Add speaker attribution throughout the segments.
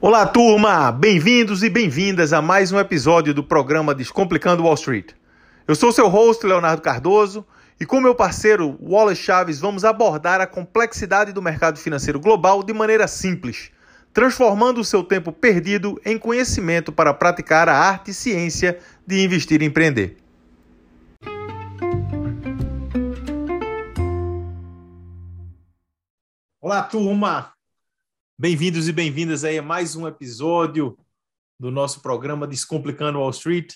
Speaker 1: Olá, turma! Bem-vindos e bem-vindas a mais um episódio do programa Descomplicando Wall Street. Eu sou seu host, Leonardo Cardoso, e com meu parceiro Wallace Chaves vamos abordar a complexidade do mercado financeiro global de maneira simples, transformando o seu tempo perdido em conhecimento para praticar a arte e ciência de investir e empreender. Olá, turma! Bem-vindos e bem-vindas aí a mais um episódio do nosso programa Descomplicando Wall Street.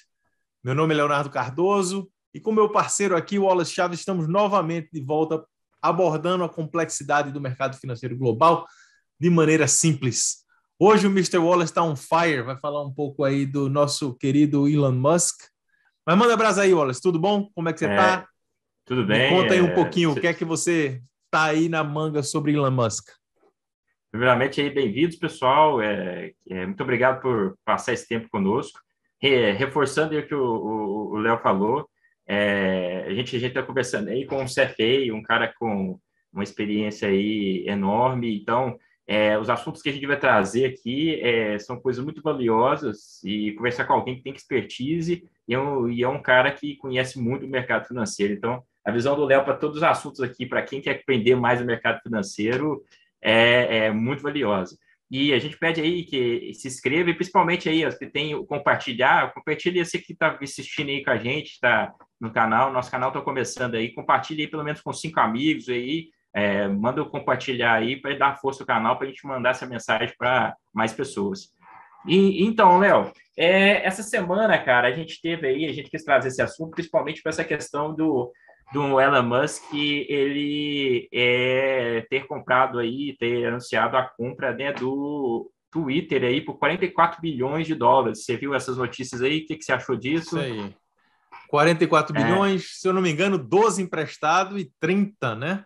Speaker 1: Meu nome é Leonardo Cardoso e com meu parceiro aqui, Wallace Chaves, estamos novamente de volta abordando a complexidade do mercado financeiro global de maneira simples. Hoje o Mr. Wallace está on fire, vai falar um pouco aí do nosso querido Elon Musk. Mas manda abraço aí, Wallace, tudo bom? Como é que você
Speaker 2: É,
Speaker 1: está?
Speaker 2: Tudo
Speaker 1: Me
Speaker 2: bem?
Speaker 1: conta aí um
Speaker 2: é,
Speaker 1: pouquinho, o
Speaker 2: se-
Speaker 1: que é que você está aí na manga sobre Elon Musk?
Speaker 2: Primeiramente, aí, bem-vindos, pessoal. É, é, muito obrigado por passar esse tempo conosco. Re- reforçando aí o que o- o o Léo falou, é, a gente está conversando aí com um CFA, um cara com uma experiência aí enorme. Então, é, os assuntos que a gente vai trazer aqui é, são coisas muito valiosas e conversar com alguém que tem expertise e é um, e é um cara que conhece muito o mercado financeiro. Então, a visão do Léo para todos os assuntos aqui, para quem quer aprender mais do mercado financeiro, é, é muito valiosa. E a gente pede aí que se inscreva e principalmente aí, ó, se tem o compartilhar, compartilha você que está assistindo aí com a gente, tá está no canal, nosso canal está começando aí, compartilha aí pelo menos com cinco amigos aí, é, manda eu compartilhar aí para dar força ao canal, para a gente mandar essa mensagem para mais pessoas. E, então, Léo, é, essa semana, cara, a gente teve aí, a gente quis trazer esse assunto, principalmente para essa questão do, do Elon Musk ele é, ter comprado aí, ter anunciado a compra né, do Twitter aí por 44 bilhões de dólares. Você viu essas notícias aí? O que, que você achou
Speaker 1: Isso
Speaker 2: disso?
Speaker 1: aí. 44
Speaker 2: É.
Speaker 1: bilhões, se eu não me engano, 12 emprestado e 30, né?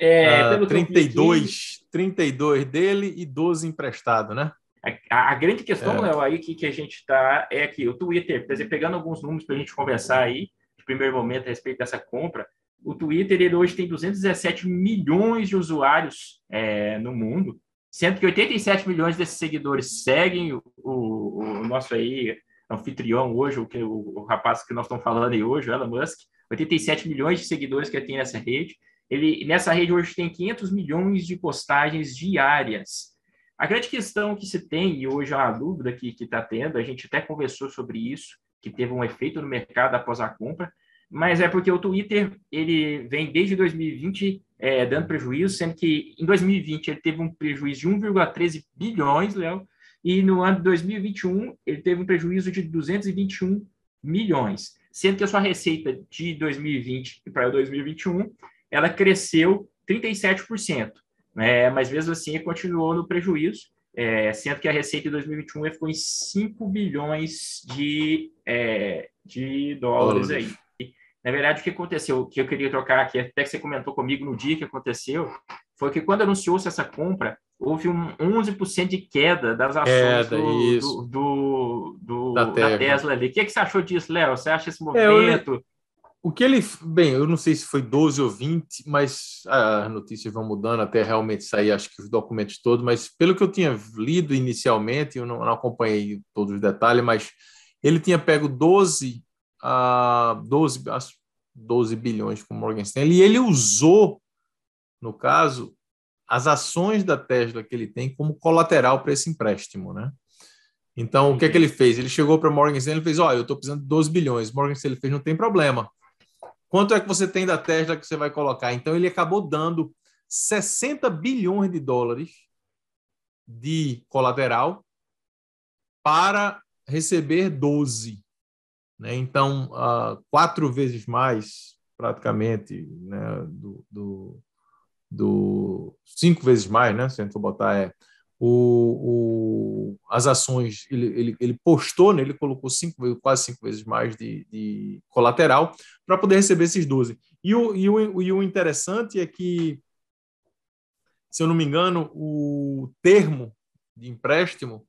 Speaker 2: É,
Speaker 1: Ah,
Speaker 2: pelo que eu vi aqui,
Speaker 1: 32, 32 dele e 12 emprestado, né?
Speaker 2: A, a grande questão,
Speaker 1: É.
Speaker 2: Léo, aí que, que a gente está é que o Twitter, quer dizer, pegando alguns números para a gente conversar aí, de primeiro momento, a respeito dessa compra, o Twitter ele hoje tem 217 milhões de usuários é, no mundo, sendo que 87 milhões desses seguidores seguem o, o- o nosso aí anfitrião hoje, o, que, o, o rapaz que nós estamos falando aí hoje, o Elon Musk, 87 milhões de seguidores que ele tem nessa rede. Ele, nessa rede hoje tem 500 milhões de postagens diárias. A grande questão que se tem, e hoje é uma dúvida que está tendo, a gente até conversou sobre isso, que teve um efeito no mercado após a compra, mas é porque o Twitter ele vem desde 2020 eh, dando prejuízo, sendo que em 2020 ele teve um prejuízo de 1,13 bilhões, Léo, e no ano de 2021 ele teve um prejuízo de 221 milhões, sendo que a sua receita de 2020 para 2021 ela cresceu 37% né? mas mesmo assim continuou no prejuízo, é, sendo que a receita de 2021 ficou em 5 bilhões de, é, de dólares aí.
Speaker 1: Dólares.
Speaker 2: Na verdade, o que aconteceu, o que eu queria trocar aqui, até que você comentou comigo no dia que aconteceu, foi que quando anunciou-se essa compra, houve um 11% de queda das ações
Speaker 1: Queda,
Speaker 2: do,
Speaker 1: isso.
Speaker 2: do- do- do-
Speaker 1: Da
Speaker 2: da,
Speaker 1: Tesla.
Speaker 2: Tesla. ali. O que, que você achou disso, Léo? Você acha esse
Speaker 1: É, eu-
Speaker 2: movimento?
Speaker 1: O que ele. Bem, eu não sei se foi 12 ou 20, mas ah, as notícias vão mudando até realmente sair, acho que os documentos todos. Mas pelo que eu tinha lido inicialmente, eu não, não acompanhei todos os detalhes, mas ele tinha pego 12, ah, 12, acho, 12 bilhões com o Morgan Stanley e ele usou, no caso, as ações da Tesla que ele tem como colateral para esse empréstimo, né? Então, o que é que ele fez? Ele chegou para Morgan Stanley e fez: Olha, eu estou precisando de 12 bilhões. Morgan Stanley fez: Não tem problema. Quanto é que você tem da Tesla que você vai colocar? Então, ele acabou dando 60 bilhões de dólares de colateral para receber 12. Né? Então, ah, quatro vezes mais, praticamente, né? do, do, do- cinco vezes mais, né? se a gente for botar, é, o, o- as ações, ele, ele, ele postou, né? ele colocou cinco, ve- quase cinco vezes mais de, de colateral para poder receber esses 12. E o, e, o, e o interessante é que, se eu não me engano, o termo de empréstimo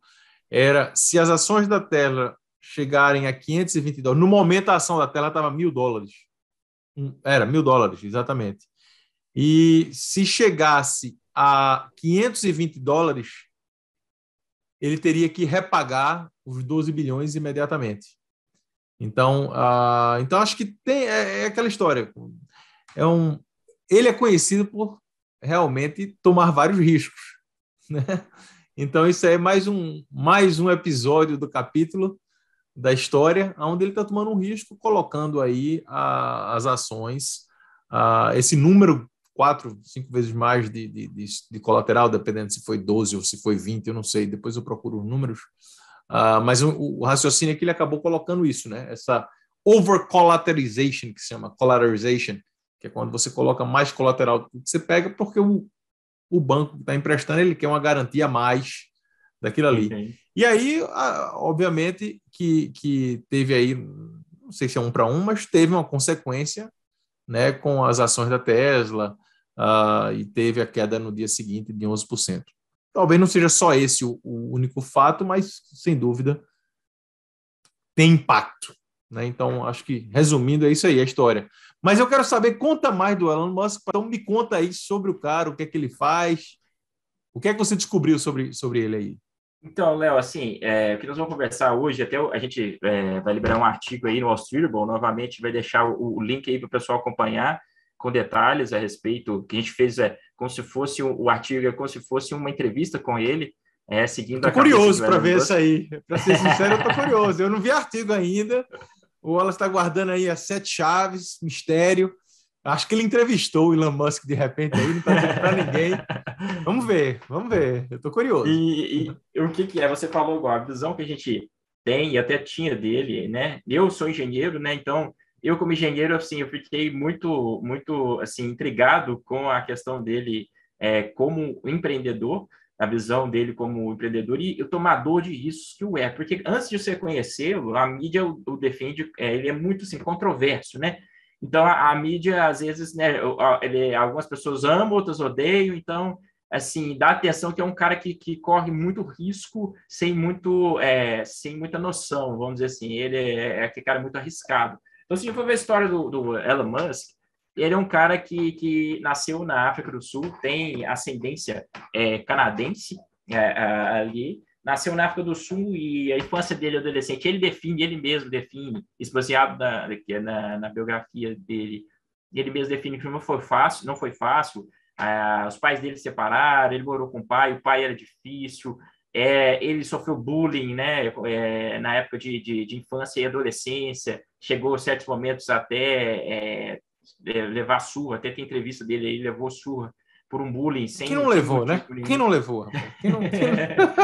Speaker 1: era se as ações da Tesla chegarem a 520 dólares, no momento a ação da Tesla estava mil dólares. Hum, Era mil dólares, exatamente. E se chegasse a 520 dólares, ele teria que repagar os 12 bilhões imediatamente. Então, ah, então acho que tem é, é aquela história. É um, ele é conhecido por realmente tomar vários riscos, né? Então isso é mais um mais um episódio do capítulo da história, onde ele está tomando um risco, colocando aí a, as ações, a, esse número quatro, cinco vezes mais de, de, de, de, colateral, dependendo se foi 12 ou se foi 20, eu não sei, depois eu procuro os números. Uh, mas o, o, raciocínio é que ele acabou colocando isso, né? Essa over-collateralization, que se chama collateralization, que é quando você coloca mais colateral do que você pega, porque o, o banco que está emprestando, ele quer uma garantia a mais daquilo ali. Okay. E aí, obviamente, que, que teve aí, não sei se é um para um, mas teve uma consequência né, com as ações da Tesla uh, e teve a queda no dia seguinte de 11%. Talvez não seja só esse o, o único fato, mas sem dúvida tem impacto. Né? Então, acho que resumindo, é isso aí a história. Mas eu quero saber, conta mais do Elon Musk, então me conta aí sobre o cara, o que é que ele faz, o que é que você descobriu sobre, sobre ele aí?
Speaker 2: Então, Léo, assim, é, o que nós vamos conversar hoje, até a gente é, vai liberar um artigo aí no Wall Street Journal, novamente vai deixar o, o link aí para o pessoal acompanhar com detalhes a respeito, que a gente fez é, como se fosse, o, o artigo é como se fosse uma entrevista com ele, é, seguindo tô a
Speaker 1: curioso para ver isso aí, para ser sincero, eu tô curioso, eu não vi artigo ainda, o Wallace está guardando aí as sete chaves, mistério, Acho que ele entrevistou o Elon Musk de repente aí, não está dizendo para ninguém. Vamos ver, vamos ver. Eu estou curioso.
Speaker 2: E, e, o que, que, é? Você falou agora, a visão que a gente tem e até tinha dele, né? Eu sou engenheiro, né? Então, eu como engenheiro, assim, eu fiquei muito, muito, assim, intrigado com a questão dele é, como empreendedor, a visão dele como empreendedor e o tomador de riscos que o é. Porque antes de você conhecê-lo, a mídia o, o defende, é, ele é muito, assim, controverso, né? Então, a, a, mídia, às vezes, né, ele, algumas pessoas amam, outras odeiam, então, assim, dá atenção que é um cara que, que corre muito risco sem, muito, é, sem muita noção, vamos dizer assim, ele é, é aquele cara muito arriscado. Então, se a gente for ver a história do, do Elon Musk, ele é um cara que, que nasceu na África do Sul, tem ascendência é, canadense É, ali, nasceu na África do Sul e a infância dele, adolescente, ele define, ele mesmo define, isso baseado na, na, na biografia dele, ele mesmo define que não foi fácil, não foi fácil, ah, os pais dele se separaram, ele morou com o pai, o pai era difícil, é, ele sofreu bullying, né, é, na época de, de, de, infância e adolescência, chegou a certos momentos até é, levar surra, até tem entrevista dele, ele levou surra, por um bullying sem.
Speaker 1: Quem não levou, né? Bullying. Quem não levou? Quem não, quem não...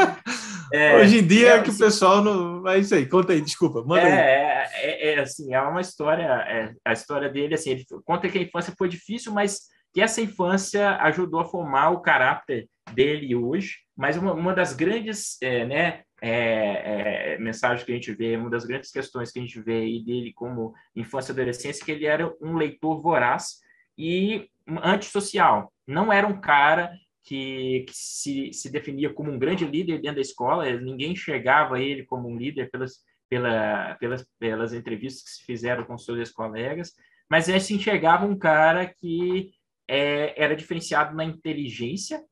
Speaker 1: é, Hoje em dia é, que assim, o pessoal não. É isso aí, conta aí, desculpa. Manda
Speaker 2: é, aí. É, é, assim, é uma história. é, a história dele, assim, ele conta que a infância foi difícil, mas que essa infância ajudou a formar o caráter dele hoje. Mas uma, uma das grandes né, é, mensagens que a gente vê, uma das grandes questões que a gente vê aí dele como infância e adolescência, que ele era um leitor voraz e antissocial não era um cara que, que se, se, definia como um grande líder dentro da escola, ninguém enxergava ele como um líder pelas, pela, pelas, pelas entrevistas que se fizeram com seus colegas, mas ele se enxergava um cara que é, era diferenciado na inteligência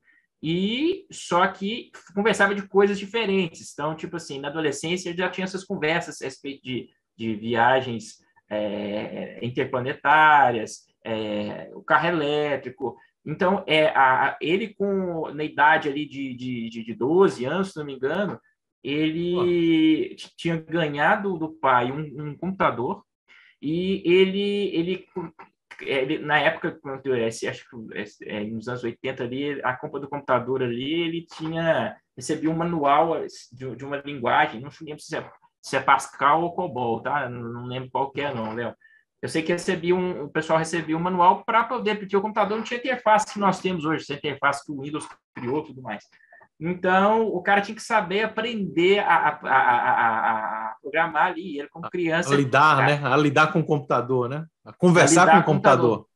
Speaker 2: e só que conversava de coisas diferentes. Então, tipo assim, na adolescência ele já tinha essas conversas a respeito de, de viagens é, interplanetárias, é, o carro elétrico, então, é, a, ele com na idade ali de, de, de 12 anos, se não me engano, ele oh. tinha ganhado do pai um, um computador e ele, ele, ele, na época, acho que é, nos anos 80 ali, a compra do computador ali, ele tinha recebeu um manual de, de uma linguagem, não lembro se é, se é Pascal ou Cobol, tá? Não, não lembro qual que é não, Léo. Eu sei que recebi um, o pessoal recebia um manual para poder, porque o computador não tinha interface que nós temos hoje, essa interface que o Windows criou e tudo mais. Então, o cara tinha que saber aprender a, a, a, a programar ali, ele como criança.
Speaker 1: A lidar, cara, né? A lidar com o computador, né? A conversar com o computador. computador.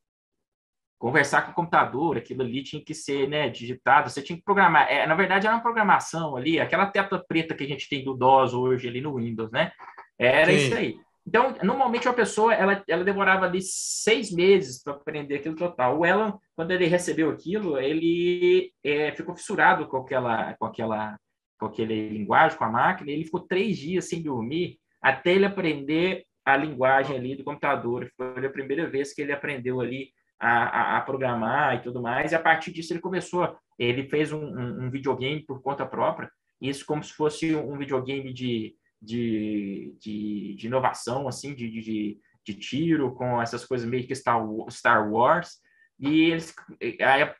Speaker 2: Conversar com o computador, aquilo ali tinha que ser né, digitado, você tinha que programar. É, na verdade, era uma programação ali, aquela tecla preta que a gente tem do DOS hoje ali no Windows, né? Era Sim. isso aí. Então, normalmente uma pessoa, ela, ela demorava ali seis meses para aprender aquilo total. O Elon, quando ele recebeu aquilo, ele é, ficou fissurado com aquela, com aquela com aquele linguagem, com a máquina, ele ficou três dias sem dormir até ele aprender a linguagem ali do computador. Foi a primeira vez que ele aprendeu ali a, a, a programar e tudo mais. E a partir disso ele começou, ele fez um, um, um videogame por conta própria, isso como se fosse um videogame de, de, de, de inovação, assim, de, de, de, tiro, com essas coisas meio que Star, Star Wars. E eles,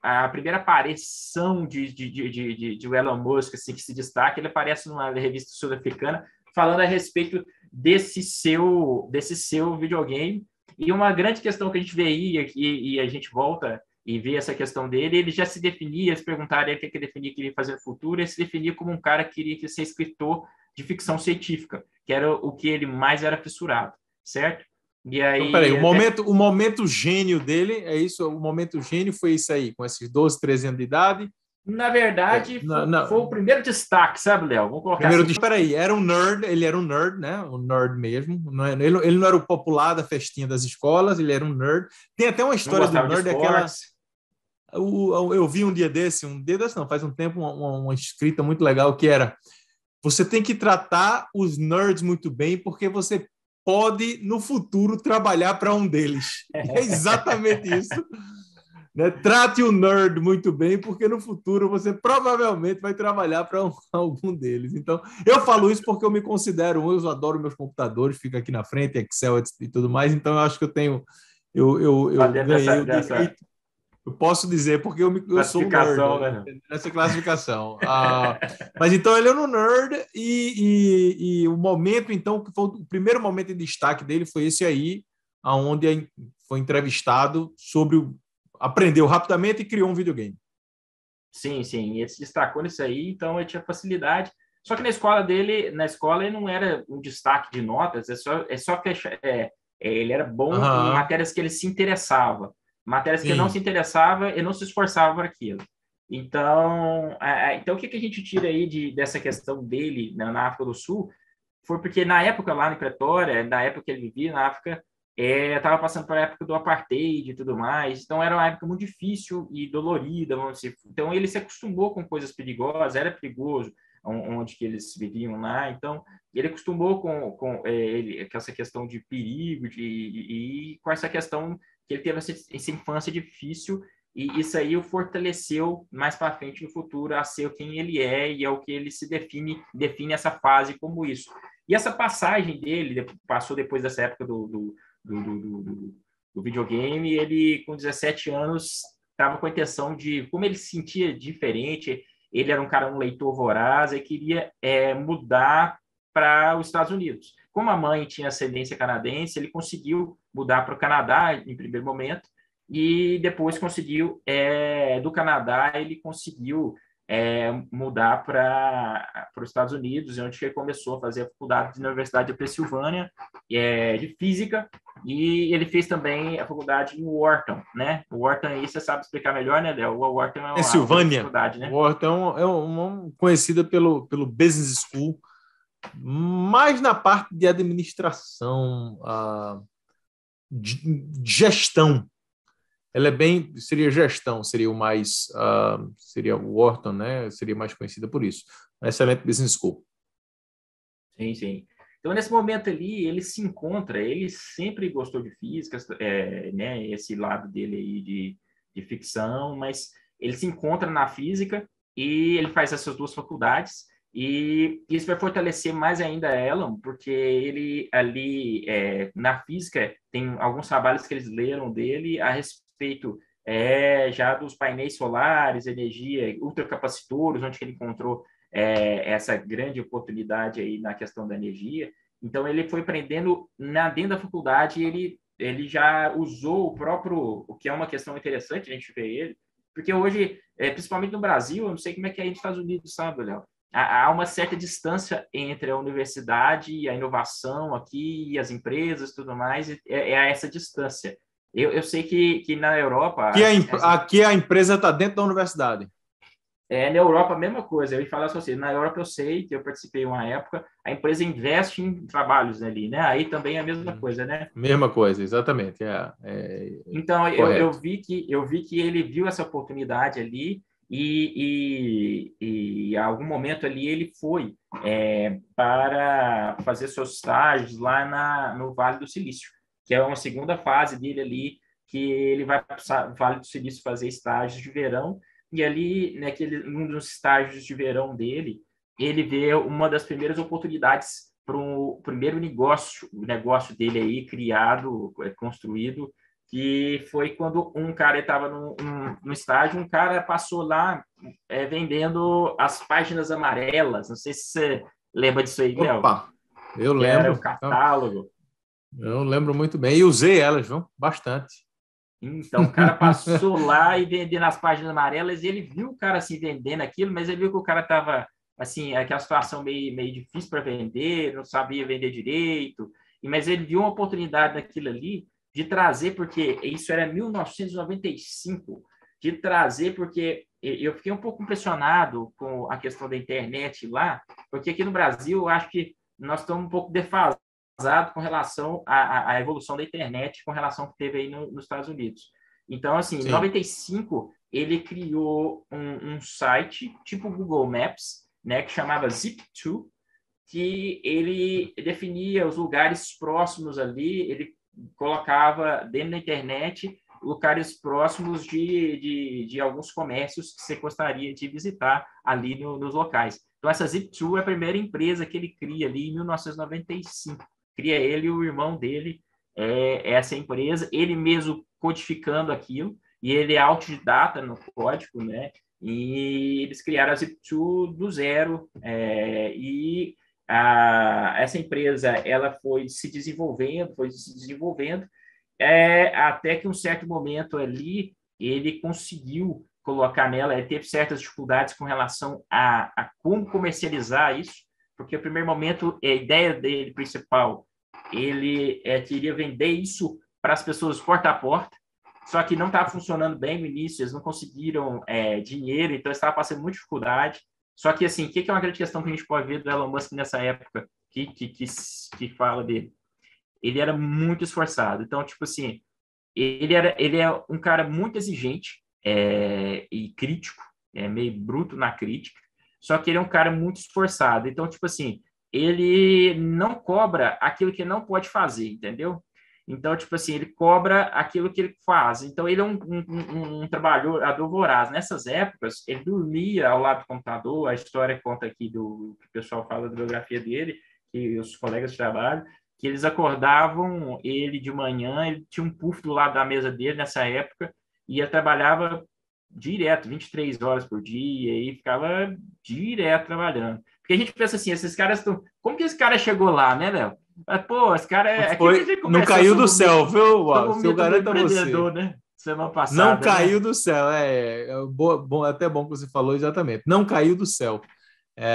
Speaker 2: a, a primeira aparição de, de, de, de, de Elon Musk, assim, que se destaca, ele aparece numa revista sul-africana falando a respeito desse seu, desse seu videogame. E uma grande questão que a gente vê aí, e, e a gente volta e vê essa questão dele, ele já se definia, eles perguntaram ele o que, que definia que queria fazer no futuro, ele se definia como um cara que queria ser escritor de ficção científica, que era o que ele mais era fissurado, certo?
Speaker 1: E aí, então, peraí, o momento, o momento gênio dele é isso? O momento gênio foi isso aí, com esses 12, 13 anos de idade?
Speaker 2: Na verdade, é, não, não. foi o primeiro destaque, sabe, Léo? Vamos colocar
Speaker 1: primeiro assim. De... Peraí, era um nerd, ele era um nerd, né? Um nerd mesmo. Não era, ele, ele não era o popular da festinha das escolas, ele era um nerd. Tem até uma história do nerd, é aquela... Eu, eu vi um dia desse, um dia desse não, faz um tempo, uma, uma escrita muito legal que era você tem que tratar os nerds muito bem, porque você pode, no futuro, trabalhar para um deles. É exatamente isso. Né? Trate o nerd muito bem, porque no futuro você provavelmente vai trabalhar para um, algum deles. Então, eu falo isso porque eu me considero um, eu adoro meus computadores, fica aqui na frente, Excel e tudo mais, então eu acho que eu tenho. Eu, eu, eu ganhei dessa, o direito. Eu posso dizer, porque eu, me, eu sou um nerd né? nessa classificação. ah, mas então ele era um nerd e, e, e, o momento, então, que foi o primeiro momento de destaque dele foi esse aí, aonde foi entrevistado sobre o, aprendeu rapidamente e criou um videogame.
Speaker 2: Sim, sim, ele se destacou nisso aí, então ele tinha facilidade. Só que na escola dele, na escola ele não era um destaque de notas, é só, é só fechar, é, ele era bom uhum. em matérias que ele se interessava matérias que Sim. não se interessava e não se esforçava para aquilo. Então, a, então o que, que a gente tira aí de, dessa questão dele na, na, África do Sul foi porque na época lá em Pretória, na época que ele vivia na África, estava é, passando pela época do apartheid e tudo mais, então era uma época muito difícil e dolorida, vamos dizer. Então ele se acostumou com coisas perigosas, era perigoso onde que eles viviam lá, então ele acostumou com, com, é, ele, com essa questão de perigo de, e, e com essa questão que ele teve essa, essa, infância difícil e isso aí o fortaleceu mais para frente no futuro a ser quem ele é e é o que ele se define define essa fase como isso e essa passagem dele passou depois dessa época do do, do, do, do videogame ele com 17 anos estava com a intenção de como ele se sentia diferente ele era um cara um leitor voraz e queria é, mudar para os Estados Unidos como a mãe tinha ascendência canadense, ele conseguiu mudar para o Canadá em primeiro momento e depois conseguiu é, do Canadá ele conseguiu é, mudar para os Estados Unidos, é onde ele começou a fazer a faculdade na Universidade da Pensilvânia é, de física e ele fez também a faculdade em Wharton, né? Wharton aí você sabe explicar melhor, né, Léo? Wharton é uma
Speaker 1: Pensilvânia. faculdade, né? Wharton é uma conhecida pelo pelo Business School mais na parte de administração, uh, gestão. Ela é bem, seria gestão, seria o mais, uh, seria o Wharton, né? Seria mais conhecida por isso. Excelente business school.
Speaker 2: Sim, sim. Então nesse momento ali ele se encontra. Ele sempre gostou de física, é, né? Esse lado dele aí de, de ficção, mas ele se encontra na física e ele faz essas duas faculdades. E isso vai fortalecer mais ainda Elon, porque ele ali é, na física tem alguns trabalhos que eles leram dele a respeito é, já dos painéis solares, energia, ultracapacitores, onde ele encontrou é, essa grande oportunidade aí na questão da energia. Então ele foi aprendendo na dentro da faculdade, ele ele já usou o próprio, o que é uma questão interessante a gente vê ele, porque hoje, é, principalmente no Brasil, eu não sei como é que é aí nos Estados Unidos, sabe, Léo? há uma certa distância entre a universidade a inovação aqui e as empresas tudo mais é, é essa distância eu, eu sei que, que na Europa
Speaker 1: aqui a, essa...
Speaker 2: Ah,
Speaker 1: aqui a empresa está dentro da universidade
Speaker 2: é na Europa a mesma coisa eu ia falar só assim na Europa eu sei que eu participei uma época a empresa investe em trabalhos ali né aí também é a mesma coisa né
Speaker 1: mesma coisa exatamente é, é...
Speaker 2: então eu, eu vi que eu vi que ele viu essa oportunidade ali e, e, e algum momento ali ele foi é, para fazer seus estágios lá na, no Vale do Silício, que é uma segunda fase dele ali, que ele vai para o Vale do Silício fazer estágios de verão, e ali, naquele, um dos estágios de verão dele, ele vê uma das primeiras oportunidades para o primeiro negócio, o negócio dele aí criado, é, construído, que foi quando um cara estava no, um, no estádio, um cara passou lá é, vendendo as páginas amarelas. Não sei se você lembra disso aí, Léo.
Speaker 1: Eu lembro. Era o
Speaker 2: catálogo.
Speaker 1: Eu lembro muito bem. E usei elas, viu? Bastante.
Speaker 2: Então, o cara passou lá e vendendo as páginas amarelas, e ele viu o cara assim vendendo aquilo, mas ele viu que o cara estava assim, aquela situação meio, meio difícil para vender, não sabia vender direito, mas ele viu uma oportunidade naquilo ali de trazer, porque isso era 1995, de trazer, porque eu fiquei um pouco impressionado com a questão da internet lá, porque aqui no Brasil eu acho que nós estamos um pouco defasados com relação à, à evolução da internet, com relação que teve aí no, nos Estados Unidos. Então, assim, Sim. em 95, ele criou um, um site tipo Google Maps, né, que chamava Zip2, que ele definia os lugares próximos ali, ele colocava dentro da internet lugares próximos de, de, de alguns comércios que você gostaria de visitar ali no, nos locais. Então, essa Zip2 é a primeira empresa que ele cria ali em 1995. Cria ele e o irmão dele é, essa empresa, ele mesmo codificando aquilo, e ele é autodidata no código, né? e eles criaram a Zip2 do zero é, e a, essa empresa ela foi se desenvolvendo, foi se desenvolvendo é, até que um certo momento ali ele conseguiu colocar nela, ele teve certas dificuldades com relação a, a como comercializar isso, porque no primeiro momento é, a ideia dele principal ele é, queria vender isso para as pessoas porta a porta só que não estava funcionando bem no início, eles não conseguiram é, dinheiro, então estava passando muita dificuldade. Só que, assim, o que, que, é uma grande questão que a gente pode ver do Elon Musk nessa época, que, que, que, que fala dele? Ele era muito esforçado. Então, tipo assim, ele, era, ele é um cara muito exigente é, e crítico, é meio bruto na crítica, só que ele é um cara muito esforçado. Então, tipo assim, ele não cobra aquilo que não pode fazer, entendeu? Então, tipo assim, ele cobra aquilo que ele faz. Então, ele é um, um, um, um trabalhador voraz. Nessas épocas, ele dormia ao lado do computador. A história conta aqui do que o pessoal fala da biografia dele, que os colegas de trabalho, que eles acordavam ele de manhã, ele tinha um puff do lado da mesa dele nessa época, e ele trabalhava direto, 23 horas por dia, e ficava direto trabalhando. Porque a gente pensa assim, esses caras estão. Como que esse cara chegou lá, né, Léo? Pô, esse cara é.
Speaker 1: Foi, não caiu do céu, viu, Uau? Eu garanto a você.
Speaker 2: Né? Semana passada.
Speaker 1: Não caiu né? do céu, é. é boa, bom, até bom que você falou exatamente. Não caiu do céu. É,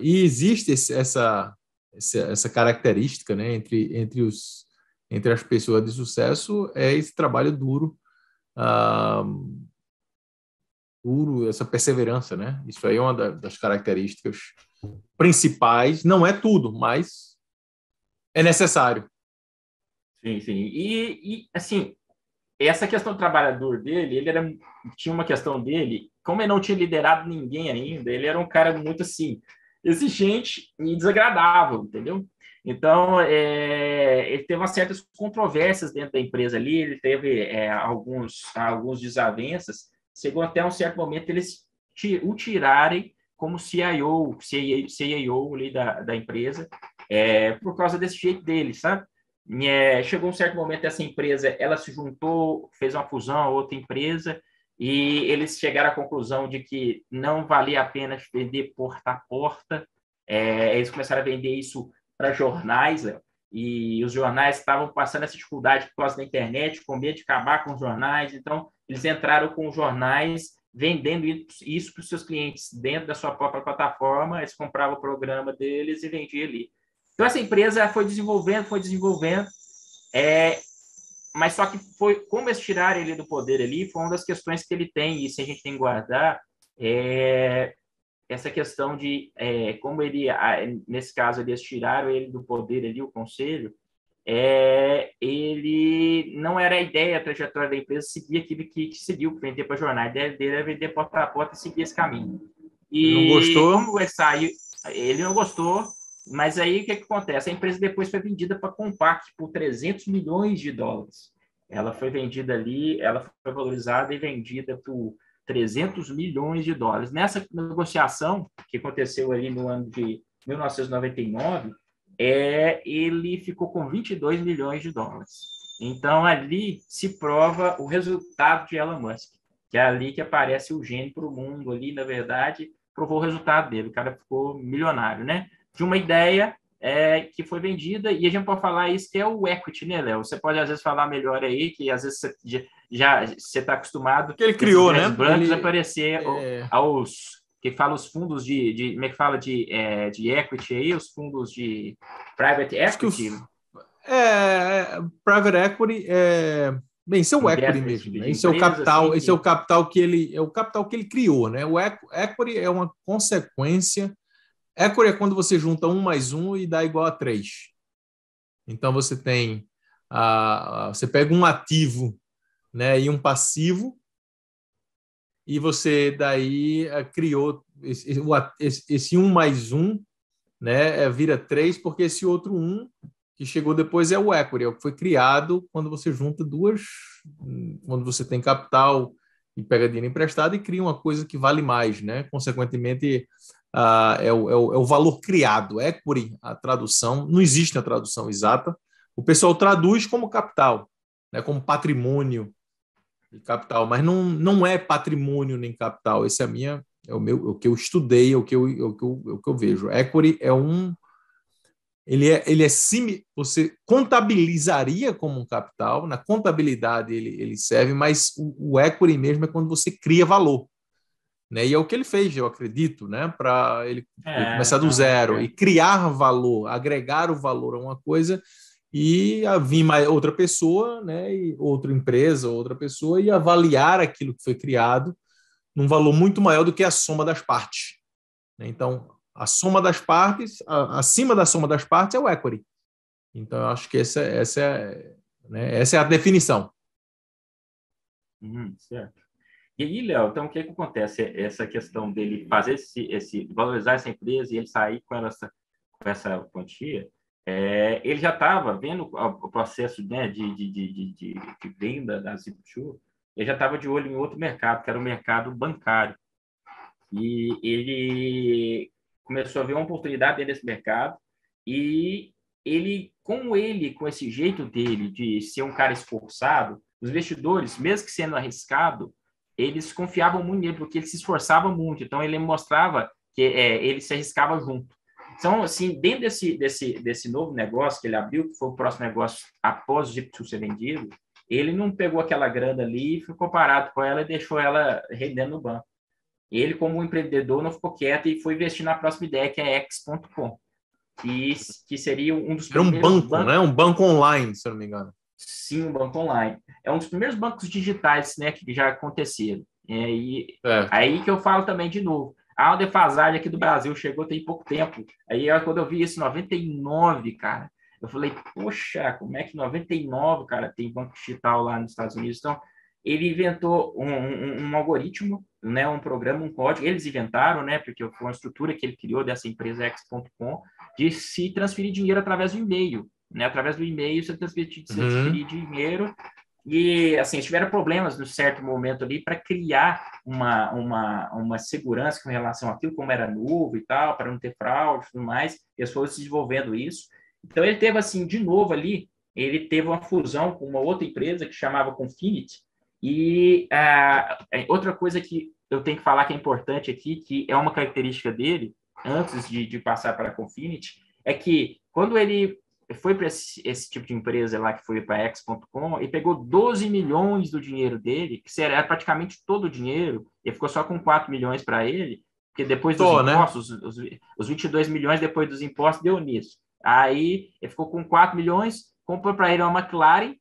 Speaker 1: e existe esse, essa, essa característica né, entre, entre, os, entre as pessoas de sucesso é esse trabalho duro, hum, duro, essa perseverança, né? Isso aí é uma das características principais. Não é tudo, mas é necessário.
Speaker 2: Sim, sim. E, e, assim, essa questão do trabalhador dele, ele era, tinha uma questão dele, como ele não tinha liderado ninguém ainda, ele era um cara muito assim, exigente e desagradável, entendeu? Então, é, ele teve umas certas controvérsias dentro da empresa ali, ele teve é, alguns, alguns desavenças, chegou até um certo momento eles o tirarem como CIO, CIO ali da, da empresa, é, por causa desse jeito dele, sabe? É, chegou um certo momento essa empresa, ela se juntou, fez uma fusão a outra empresa e eles chegaram à conclusão de que não valia a pena vender porta a porta. É, eles começaram a vender isso para jornais né? e os jornais estavam passando essa dificuldade por causa da internet, com medo de acabar com os jornais. Então eles entraram com os jornais vendendo isso para os seus clientes dentro da sua própria plataforma. Eles compravam o programa deles e vendiam ali. Então, essa empresa foi desenvolvendo, foi desenvolvendo, é, mas só que foi como eles tiraram ele do poder ali, foi uma das questões que ele tem, e se a gente tem que guardar, é, essa questão de é, como ele, nesse caso, eles tiraram ele do poder ali, o conselho, é, ele não era a ideia, a trajetória da empresa seguir aquilo que, que seguiu, vender para jornal. A ideia dele era vender porta a porta e seguir esse caminho. E
Speaker 1: Não gostou?
Speaker 2: como ele saiu, ele não gostou, mas aí o que, que acontece? A empresa depois foi vendida para a Compaq por 300 milhões de dólares. Ela foi vendida ali, ela foi valorizada e vendida por 300 milhões de dólares. Nessa negociação que aconteceu ali no ano de 1999, é, ele ficou com 22 milhões de dólares. Então, ali se prova o resultado de Elon Musk, que é ali que aparece o gênio para o mundo, ali, na verdade, provou o resultado dele, o cara ficou milionário, né? De uma ideia é, que foi vendida, e a gente pode falar isso que é o equity, né, Léo? Você pode, às vezes, falar melhor aí, que às vezes você já- já está acostumado...
Speaker 1: Que ele criou, né?
Speaker 2: Os brancos
Speaker 1: Ele-
Speaker 2: aparecer o-
Speaker 1: É,
Speaker 2: aos que fala os fundos de, de- como é que fala de, é, de equity aí, os fundos de private
Speaker 1: Acho que o
Speaker 2: equity.
Speaker 1: é, é, private equity é bem, isso é o
Speaker 2: Investe
Speaker 1: equity
Speaker 2: nesse
Speaker 1: mesmo,
Speaker 2: tipo
Speaker 1: né?
Speaker 2: de
Speaker 1: Esse é o
Speaker 2: empresa,
Speaker 1: capital,
Speaker 2: assim,
Speaker 1: esse é o
Speaker 2: que-
Speaker 1: capital que ele é o capital que ele criou, né? O equ- equity é uma consequência. Equity é quando você junta um mais um e dá igual a três. Então você tem a, a- você pega um ativo, né, e um passivo e você daí eh, criou esse, o a- esse, esse um mais um, né, eh, vira três porque esse outro um que chegou depois é o equity, é o que foi criado quando você junta duas, hum, quando você tem capital e pega dinheiro emprestado e cria uma coisa que vale mais, né? Consequentemente, ah, é, o, é o- é o valor criado, equity, a tradução, não existe a tradução exata. O pessoal traduz como capital, né? como patrimônio e capital, mas não, não é patrimônio nem capital. Esse é a minha, é o meu, é o que eu estudei, é o que eu, é o que eu, é o que eu vejo. Equity é um ele é, ele é simi, você contabilizaria como um capital, na contabilidade ele, ele serve, mas o, o equity mesmo é quando você cria valor. Né? E é o que ele fez, eu acredito, né? para ele, ele
Speaker 2: É,
Speaker 1: começar do zero e criar valor, agregar o valor a uma coisa e a vir mais outra pessoa, né? e outra empresa, outra pessoa, e avaliar aquilo que foi criado num valor muito maior do que a soma das partes. né? Então, a soma das partes, a- acima da soma das partes é o equity. Então, eu acho que essa, essa, é, né, essa é a definição.
Speaker 2: Uhum, certo. E aí, Léo, então o que, que acontece? Essa questão dele fazer esse, esse valorizar essa empresa e ele sair com essa, com essa quantia, é, ele já estava vendo a- o processo né, de, de, de, de, de- de venda da Zipchu, ele já estava de olho em outro mercado, que era o mercado bancário. E ele começou a ver uma oportunidade dentro desse mercado e ele, com ele, com esse jeito dele de ser um cara esforçado, os investidores, mesmo que sendo arriscado, eles confiavam muito nele, porque ele se esforçava muito. Então, ele mostrava que é, ele se arriscava junto. Então, assim, dentro desse, desse, desse novo negócio que ele abriu, que foi o próximo negócio após o Gipsu ser vendido, ele não pegou aquela grana ali e ficou parado com ela e deixou ela rendendo no banco. Ele, como um empreendedor, não ficou quieto e foi investir na próxima ideia, que é X.com, que, que seria um dos
Speaker 1: Era um
Speaker 2: primeiros
Speaker 1: banco,
Speaker 2: bancos-
Speaker 1: né? Um banco online, se eu não me engano.
Speaker 2: Sim, um banco online. É um dos primeiros bancos digitais, né, que já aconteceram. É, e
Speaker 1: É.
Speaker 2: aí que eu falo também de novo. Há uma defasagem aqui do Brasil, chegou tem pouco tempo. Aí eu- quando eu vi isso, 99, cara, eu falei, poxa, como é que 99, cara, tem banco digital lá nos Estados Unidos? Então, ele inventou um, um- um algoritmo, né, um programa, um código, eles inventaram, né, porque foi uma estrutura que ele criou dessa empresa X.com, de se transferir dinheiro através do e-mail, né, através do e-mail você transferir, você
Speaker 1: Uhum.
Speaker 2: transferir dinheiro, e, assim, eles tiveram problemas no certo momento ali para criar uma, uma, uma segurança com relação àquilo, como era novo e tal, para não ter fraude e tudo mais, eles foram se desenvolvendo isso. Então, ele teve, assim, de novo ali, ele teve uma fusão com uma outra empresa que chamava Confinity, e ah, é, outra coisa que eu tenho que falar que é importante aqui, que é uma característica dele, antes de, de passar para a Confinity, é que quando ele foi para esse, esse tipo de empresa lá, que foi para X.com, ele pegou 12 milhões do dinheiro dele, que será praticamente todo o dinheiro, e ficou só com 4 milhões para ele, porque depois dos
Speaker 1: Só, né?
Speaker 2: impostos, os, os, os 22 milhões depois dos impostos deu nisso. Aí ele ficou com 4 milhões, comprou para ele uma McLaren,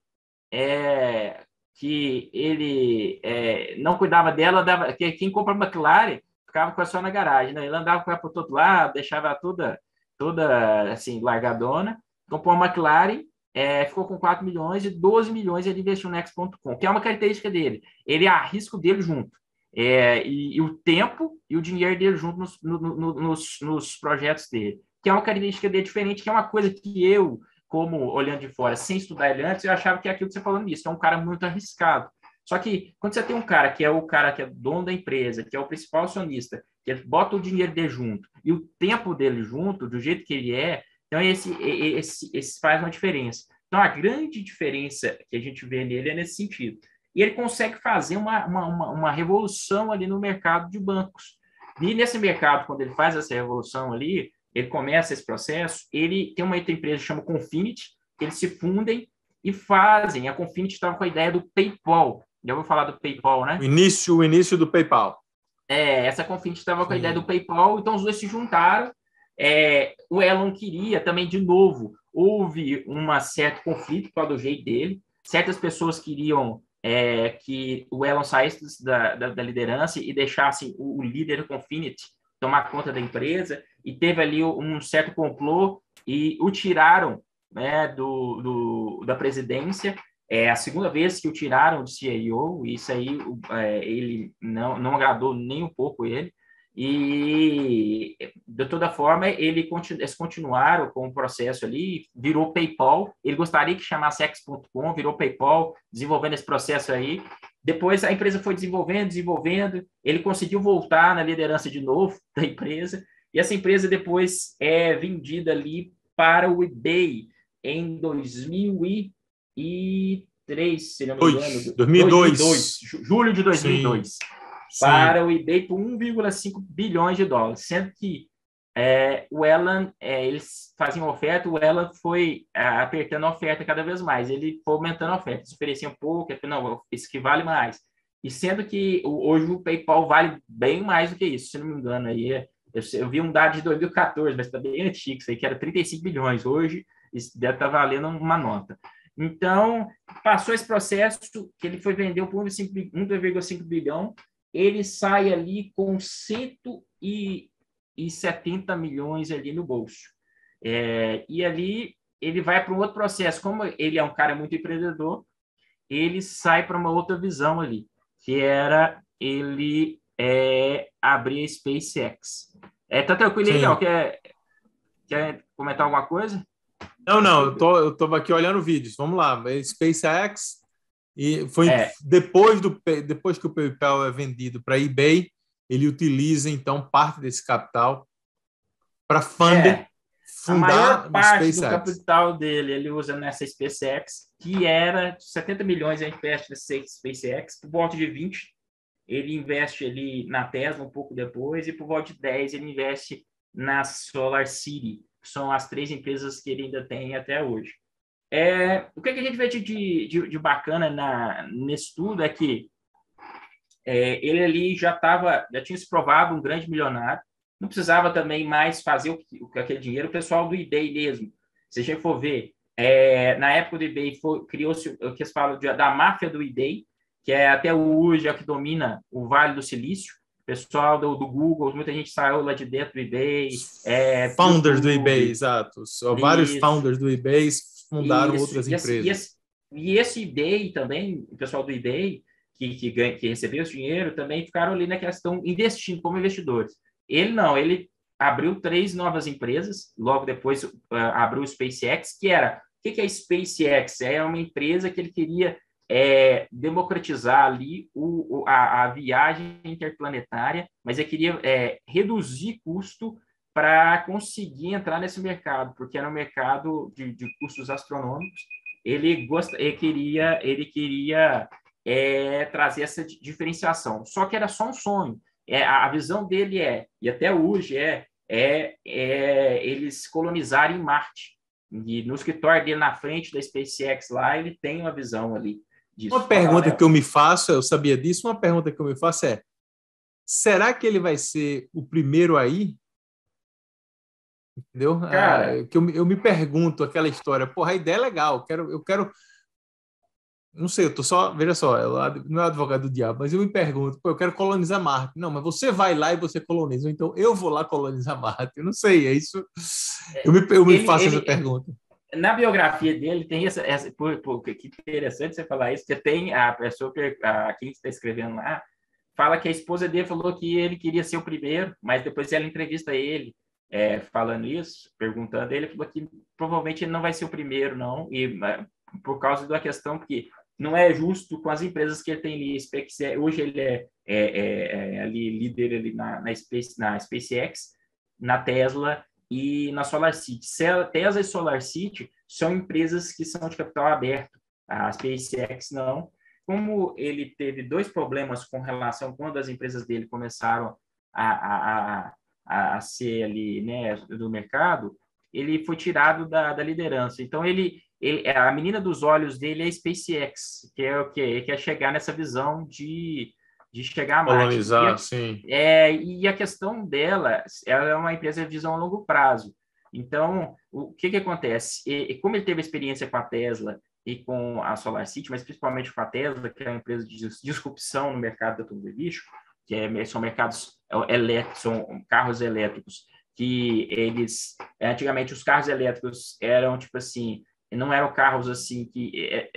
Speaker 2: é, que ele é, não cuidava dela, dava, que quem compra McLaren ficava com ela só na garagem, né? Ele andava com ela por todo lado, deixava ela toda, toda assim, largadona. Comprou uma McLaren é, ficou com 4 milhões e 12 milhões ele investiu no X.com, que é uma característica dele. Ele arrisca o dele junto. É, e, e, o tempo e o dinheiro dele junto nos, no, no, nos, nos, projetos dele, que é uma característica dele diferente, que é uma coisa que eu, como olhando de fora, sem estudar ele antes, eu achava que é aquilo que você falando nisso, é um cara muito arriscado. Só que quando você tem um cara que é o cara que é dono da empresa, que é o principal acionista, que bota o dinheiro dele junto e o tempo dele junto, do jeito que ele é, então esse, esse, esse faz uma diferença. Então a grande diferença que a gente vê nele é nesse sentido e ele consegue fazer uma, uma, uma, uma, revolução ali no mercado de bancos. E nesse mercado, quando ele faz essa revolução ali, ele começa esse processo, ele tem uma empresa que chama Confinity, eles se fundem e fazem. A Confinity estava com a ideia do PayPal. Já vou falar do PayPal, né?
Speaker 1: O início, o início do PayPal.
Speaker 2: É, essa Confinity estava com a ideia do PayPal, então os dois se juntaram. É, o Elon queria também, de novo, houve um certo conflito por causa do jeito dele. Certas pessoas queriam é, que o Elon saísse da, da, da liderança e deixasse o, o líder Confinity tomar conta da empresa, e teve ali um certo complô e o tiraram né, do, do, da presidência. É a segunda vez que o tiraram de CEO, e isso aí é, ele não, não agradou nem um pouco ele. E, de toda forma, ele continu, eles continuaram com o processo ali, virou PayPal. Ele gostaria que chamasse X.com, virou PayPal, desenvolvendo esse processo aí. Depois a empresa foi desenvolvendo, desenvolvendo. Ele conseguiu voltar na liderança de novo da empresa. E essa empresa depois é vendida ali para o eBay em 2003, se não me engano.
Speaker 1: 2002. 2002
Speaker 2: julho de 2002. Sim. Sim. para o eBay por 1,5 bilhões de dólares, sendo que é, o Elon, é, eles faziam oferta, o Elon foi é, apertando a oferta cada vez mais, ele foi aumentando a oferta, eles ofereciam pouco, não, isso que vale mais. E sendo que hoje o PayPal vale bem mais do que isso, se não me engano, aí é, eu, eu vi um dado de 2014, mas está bem antigo, isso aí que era 35 bilhões, hoje isso deve estar tá valendo uma nota. Então, passou esse processo que ele foi vender por 1,5 bilhão, ele sai ali com 170 milhões ali no bolso. É, e ali ele vai para um outro processo. Como ele é um cara muito empreendedor, ele sai para uma outra visão ali, que era ele é, abrir a SpaceX. É, tá tranquilo aí, Léo? Quer, quer comentar alguma coisa?
Speaker 1: Não, não, eu tô, eu tô aqui olhando vídeos. Vamos lá, é SpaceX, e foi é. depois, do, depois que o PayPal é vendido para eBay, ele utiliza então parte desse capital para funder, é. fundar
Speaker 2: a maior parte SpaceX. do capital dele ele usa nessa SpaceX, que era 70 milhões ele investe nessa SpaceX, por volta de 20 ele investe ali na Tesla um pouco depois e por volta de 10 ele investe na Solar City, que são as três empresas que ele ainda tem até hoje. É, o que, que, a gente vê de, de, de bacana na, nesse tudo é que é, ele ali já estava, já tinha se provado um grande milionário, não precisava também mais fazer o, o, aquele dinheiro, o pessoal do eBay mesmo. Se a gente for ver, é, na época do eBay criou-se o que eles falam de, da máfia do eBay, que é até hoje a que domina o Vale do Silício. O pessoal do, do, Google, muita gente saiu lá de dentro do eBay. é
Speaker 1: founders do, do eBay, exato. So, vários founders do eBay fundaram Isso, outras
Speaker 2: e esse,
Speaker 1: empresas.
Speaker 2: E esse, e esse, eBay também, o pessoal do eBay, que, que, ganha, que recebeu esse dinheiro, também ficaram ali na questão investindo como investidores. Ele não, ele abriu três novas empresas, logo depois uh, abriu o SpaceX, que era. O que, que é SpaceX? É uma empresa que ele queria é, democratizar ali o, o a, a, viagem interplanetária, mas ele queria é, reduzir custo para conseguir entrar nesse mercado, porque era um mercado de, de custos astronômicos. Ele gosta, ele queria, ele queria é, trazer essa diferenciação. Só que era só um sonho. É, a, visão dele é, e até hoje é, é, é eles colonizarem Marte. E no escritório dele na frente da SpaceX lá, ele tem uma visão ali disso.
Speaker 1: Uma pergunta ah, que eu me faço, eu sabia disso. Uma pergunta que eu me faço é: será que ele vai ser o primeiro aí? entendeu? Cara, ah, que eu, eu me pergunto aquela história, porra, a ideia é legal, eu quero, eu quero, não sei, eu tô só, veja só, eu, não é advogado do diabo, mas eu me pergunto, pô, eu quero colonizar Marte, não, mas você vai lá e você coloniza, então eu vou lá colonizar Marte, eu não sei, é isso, eu me, eu me É, ele, faço ele, essa pergunta.
Speaker 2: na biografia dele tem essa, essa por, por, que interessante você falar isso, que tem a pessoa que a, quem está escrevendo lá fala que a esposa dele falou que ele queria ser o primeiro, mas depois ela entrevista ele é, falando isso, perguntando ele falou que provavelmente ele não vai ser o primeiro não e né, por causa da questão que não é justo com as empresas que ele tem ali, SpaceX, hoje ele é, é, é, ali líder ali na, na, Space, na SpaceX, na Tesla e na SolarCity. Tesla e SolarCity são empresas que são de capital aberto, a SpaceX não. Como ele teve dois problemas com relação quando as empresas dele começaram a, a, a, a ser ali né, do mercado, ele foi tirado da, da liderança. Então ele, ele, a menina dos olhos dele é a SpaceX, que é o que que é chegar nessa visão de de chegar a Marte.
Speaker 1: Colonizar,
Speaker 2: a,
Speaker 1: sim.
Speaker 2: É, e a questão dela, ela é uma empresa de visão a longo prazo. Então, o que, que acontece? E, e como ele teve experiência com a Tesla e com a SolarCity, mas principalmente com a Tesla, que é uma empresa de disrupção no mercado automobilístico, que é, são mercados elétricos, são carros elétricos, que eles, é, antigamente, os carros elétricos eram, tipo assim, não eram carros assim que é,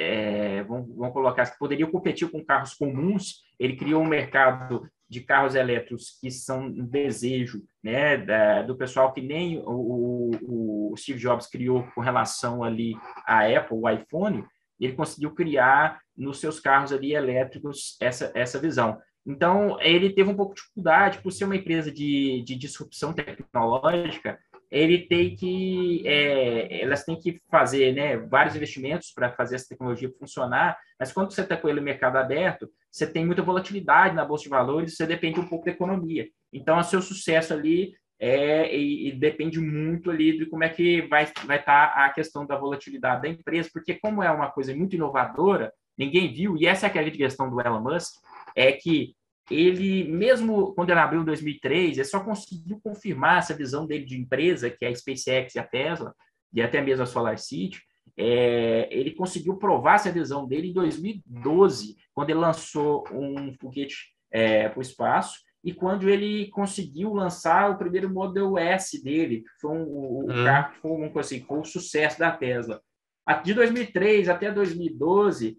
Speaker 2: é, vão, colocar que poderiam competir com carros comuns. Ele criou um mercado de carros elétricos que são um desejo né, da, do pessoal que nem o, o, Steve Jobs criou com relação ali à Apple, o iPhone. Ele conseguiu criar nos seus carros ali elétricos essa, essa visão. Então, ele teve um pouco de dificuldade por ser uma empresa de, de disrupção tecnológica ele tem que é, elas têm que fazer né, vários investimentos para fazer essa tecnologia funcionar, mas quando você está com ele no mercado aberto, você tem muita volatilidade na bolsa de valores, você depende um pouco da economia. Então, o seu sucesso ali é, e, e depende muito ali de como é que vai vai estar tá a questão da volatilidade da empresa, porque como é uma coisa muito inovadora, ninguém viu e essa é a grande questão do Elon Musk é que ele, mesmo quando ele abriu em 2003, ele só conseguiu confirmar essa visão dele de empresa, que é a SpaceX e a Tesla, e até mesmo a SolarCity, é, ele conseguiu provar essa visão dele em 2012, quando ele lançou um foguete é, para o espaço, e quando ele conseguiu lançar o primeiro Model S dele, que foi um, um hum. carro que foi, um, assim, foi um sucesso da Tesla. De 2003 até 2012,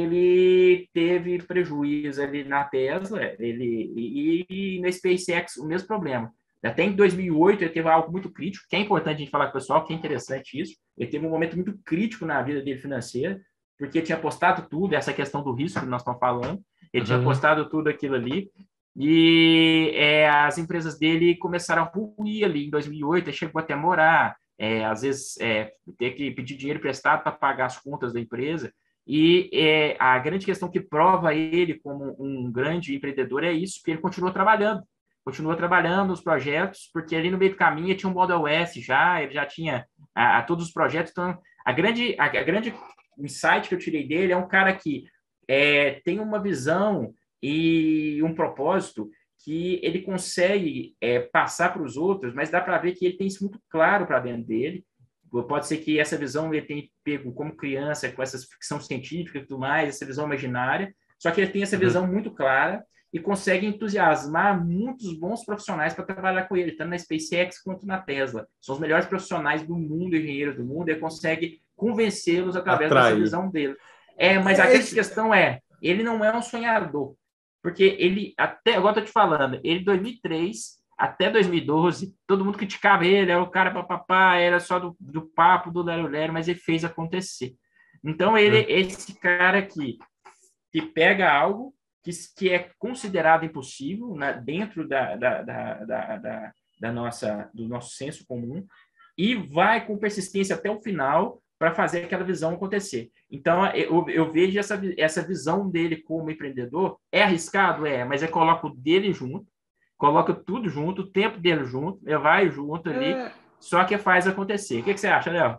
Speaker 2: ele teve prejuízo ali na Tesla ele, e, e na SpaceX o mesmo problema. Até em 2008 ele teve algo muito crítico, que é importante a gente falar com o pessoal, que é interessante isso. Ele teve um momento muito crítico na vida dele financeira, porque tinha apostado tudo, essa questão do risco que nós estamos falando, ele uhum. tinha apostado tudo aquilo ali, e é, as empresas dele começaram a ruir ali em 2008, ele chegou até a morar, é, às vezes é, ter que pedir dinheiro emprestado para pagar as contas da empresa, e é, a grande questão que prova ele como um grande empreendedor é isso, que ele continua trabalhando. Continua trabalhando os projetos, porque ali no meio do caminho ele tinha um Model S já, ele já tinha a, a todos os projetos. Então, a grande, a, a, grande insight que eu tirei dele é um cara que é, tem uma visão e um propósito que ele consegue é, passar para os outros, mas dá para ver que ele tem isso muito claro para dentro dele pode ser que essa visão ele tenha pego como criança, com essas ficção científica e tudo mais, essa visão imaginária, só que ele tem essa visão uhum. muito clara e consegue entusiasmar muitos bons profissionais para trabalhar com ele, tanto na SpaceX quanto na Tesla. São os melhores profissionais do mundo, engenheiros do mundo, e consegue convencê-los através Atrai. dessa visão dele. É, mas é a grande questão é, ele não é um sonhador, porque ele, até agora estou te falando, ele em 2003 até 2012, todo mundo criticava ele, era o cara papapá, era só do, do papo, do Lero Lero, mas ele fez acontecer. Então, ele é. esse cara que, que pega algo que, que é considerado impossível né, dentro da, da, da, da, da nossa, do nosso senso comum e vai com persistência até o final para fazer aquela visão acontecer. Então, eu, eu, vejo essa, essa visão dele como empreendedor. É arriscado? É, mas eu coloco dele junto coloca tudo junto, o tempo dele junto, ele vai junto ali, é... só que faz acontecer. O que, que você acha, Léo?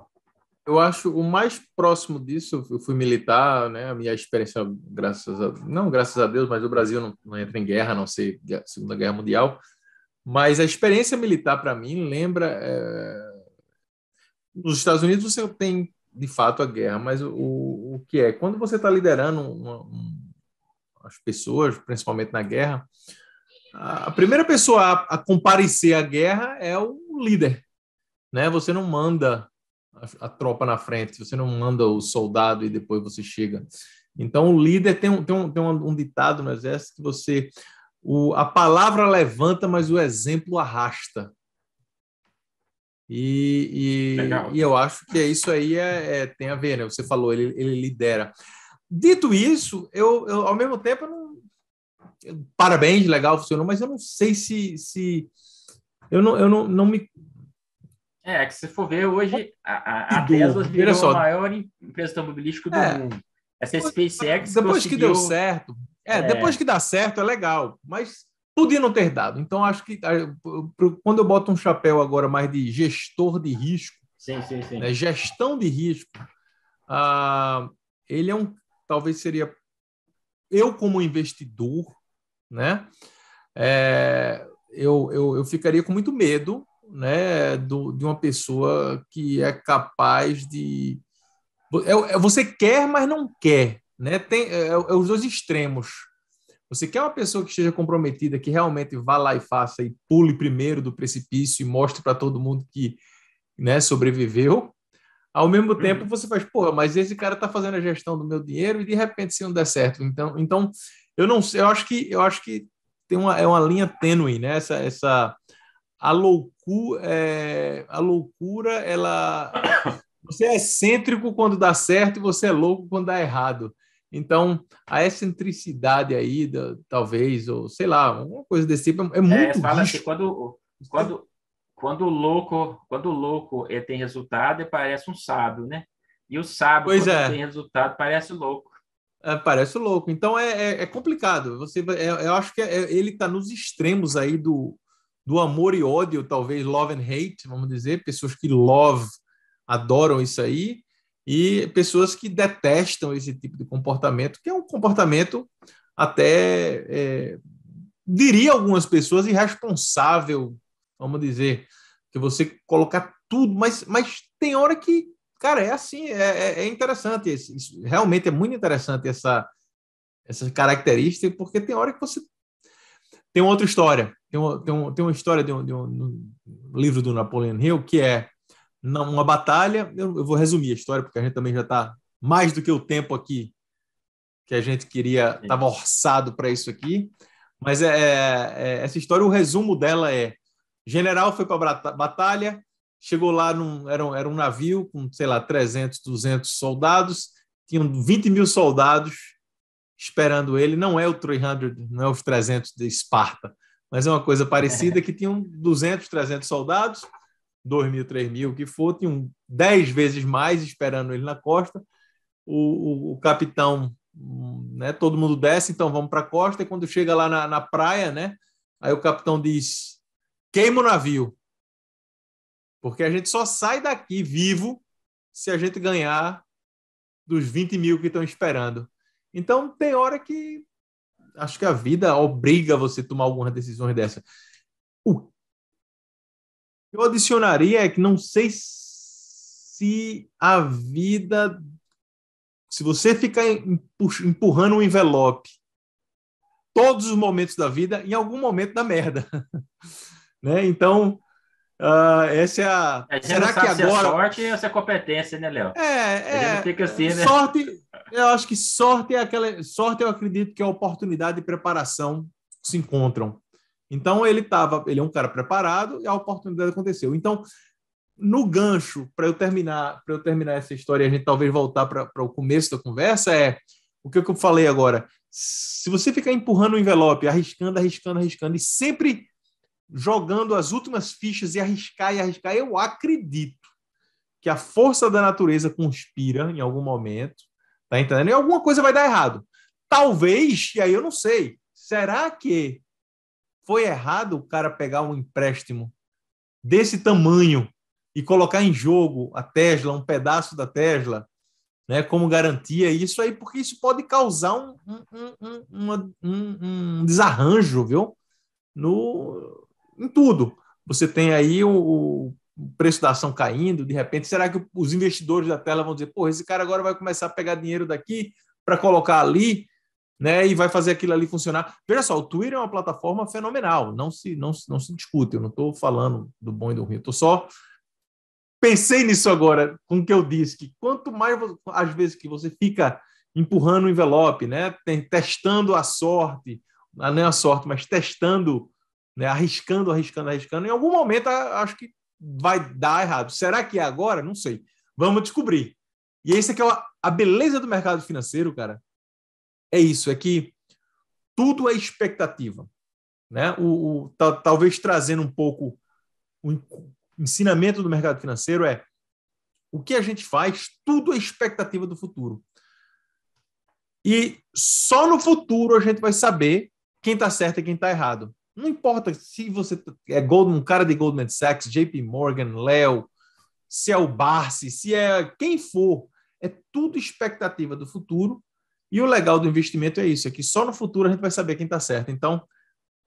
Speaker 1: Eu acho o mais próximo disso, eu fui militar, né? A minha experiência, graças a não graças a Deus, mas o Brasil não, não entra em guerra, não sei Segunda Guerra Mundial. Mas a experiência militar para mim lembra é... nos Estados Unidos você tem de fato a guerra, mas o, o que é quando você está liderando uma, um, as pessoas, principalmente na guerra, a primeira pessoa a, comparecer à guerra é o líder, né? Você não manda a, a tropa na frente, você não manda o soldado e depois você chega. Então, o líder tem um, tem um, tem um, um ditado no exército que você. O, a palavra levanta, mas o exemplo arrasta. E, e, e eu acho que isso aí é, é, tem a ver, né? Você falou, ele, ele lidera. Dito isso, eu, eu ao mesmo tempo, eu não, eu, parabéns, legal, funcionou, mas eu não sei se. se eu não, eu não, não me.
Speaker 2: É, que se for ver, hoje a, a, a Tesla virou só. a maior empresa automobilística do é. mundo essa SpaceX
Speaker 1: depois conseguiu... que deu certo é, é, depois que dá certo é legal mas podia não ter dado então acho que quando eu boto um chapéu agora mais de gestor de risco
Speaker 2: sim, sim, sim.
Speaker 1: Né, gestão de risco ah, ele é um talvez seria eu como investidor né é, eu, eu, eu ficaria com muito medo né do, de uma pessoa que é capaz de é, você quer, mas não quer. Né? Tem, é, é, os dois extremos. Você quer uma pessoa que esteja comprometida, que realmente vá lá e faça e pule primeiro do precipício e mostre para todo mundo que né, sobreviveu. Ao mesmo uhum. tempo, você faz, porra, mas esse cara está fazendo a gestão do meu dinheiro e de repente se não der certo. Então, então eu não sei, eu acho que eu acho que tem uma, é uma linha tênue, né? Essa, essa a loucura, é, a loucura ela Você é excêntrico quando dá certo e você é louco quando dá errado. Então, a excentricidade aí, da, talvez, ou sei lá, alguma coisa desse tipo, é muito é,
Speaker 2: fala risco. Assim, quando, quando, quando o louco, quando o louco ele tem resultado, ele parece um sábio, né? E o sábio,
Speaker 1: pois é.
Speaker 2: tem resultado, parece louco.
Speaker 1: É, parece louco. Então, é, é, é complicado. Você, é, eu acho que ele está nos extremos aí do, do amor e ódio, talvez love and hate, vamos dizer, pessoas que love adoram isso aí, e pessoas que detestam esse tipo de comportamento, que é um comportamento até, é, diria algumas pessoas, irresponsável, vamos dizer, que você colocar tudo, mas, mas tem hora que, cara, é assim, é, é interessante, isso, realmente é muito interessante essa, essa característica, porque tem hora que você tem outra história, tem uma, tem uma, tem uma história de um, de, um, de um livro do Napoleon Hill, que é uma batalha. Eu, vou resumir a história, porque a gente também já está mais do que o tempo aqui que a gente queria, estava orçado para isso aqui. Mas é, é, essa história, o resumo dela é: general foi para a batalha, chegou lá, num, era, um, era um navio com, sei lá, 300, 200 soldados, tinham 20 mil soldados esperando ele. Não é o 300, não é os 300 de Esparta, mas é uma coisa parecida que tinham 200, 300 soldados. 2 mil, 3 mil, o que for, tinham 10 vezes mais esperando ele na costa. O, o, o capitão, né, todo mundo desce, então vamos para a costa. E quando chega lá na, na, praia, né, aí o capitão diz: queima o navio, porque a gente só sai daqui vivo se a gente ganhar dos 20 mil que estão esperando. Então tem hora que acho que a vida obriga você a tomar algumas decisões dessa. O eu adicionaria é que não sei se a vida. Se você ficar empurrando um envelope todos os momentos da vida, em algum momento da merda. né? Então, uh, essa é a.
Speaker 2: a Será que agora. Se é sorte ou se é competência, né, Léo?
Speaker 1: É, é.
Speaker 2: Fica assim, né?
Speaker 1: Sorte, eu acho que sorte é aquela. Sorte, eu acredito que é oportunidade e preparação se encontram. Então ele estava, ele é um cara preparado e a oportunidade aconteceu. Então, no gancho para eu terminar, para eu terminar essa história, a gente talvez voltar para o começo da conversa é o que eu falei agora. Se você ficar empurrando o envelope, arriscando, arriscando, arriscando e sempre jogando as últimas fichas e arriscar e arriscar, eu acredito que a força da natureza conspira em algum momento, tá entendendo? E alguma coisa vai dar errado. Talvez, e aí eu não sei. Será que foi errado o cara pegar um empréstimo desse tamanho e colocar em jogo a Tesla, um pedaço da Tesla, né, como garantia isso aí, porque isso pode causar um, um, um, um desarranjo, viu? No, em tudo. Você tem aí o, o, preço da ação caindo, de repente, será que os investidores da Tesla vão dizer, pô, esse cara agora vai começar a pegar dinheiro daqui para colocar ali? né, e vai fazer aquilo ali funcionar. Veja só, o Twitter é uma plataforma fenomenal, não se, não, não se discute, eu não estou falando do bom e do ruim, estou só pensei nisso agora, com o que eu disse, que quanto mais às vezes que você fica empurrando o envelope, né, testando a sorte, não é a sorte, mas testando, né, arriscando, arriscando, arriscando, em algum momento acho que vai dar errado. Será que é agora? Não sei. Vamos descobrir. E esse aqui é a beleza do mercado financeiro, cara. É isso, é que tudo é expectativa, né? O, o tal, talvez trazendo um pouco o ensinamento do mercado financeiro é o que a gente faz, tudo é expectativa do futuro. E só no futuro a gente vai saber quem está certo e quem está errado. Não importa se você é Goldman, um cara de Goldman Sachs, JP Morgan, Léo, se é o Barsi, se é quem for, é tudo expectativa do futuro. E o legal do investimento é isso, é que só no futuro a gente vai saber quem está certo. Então,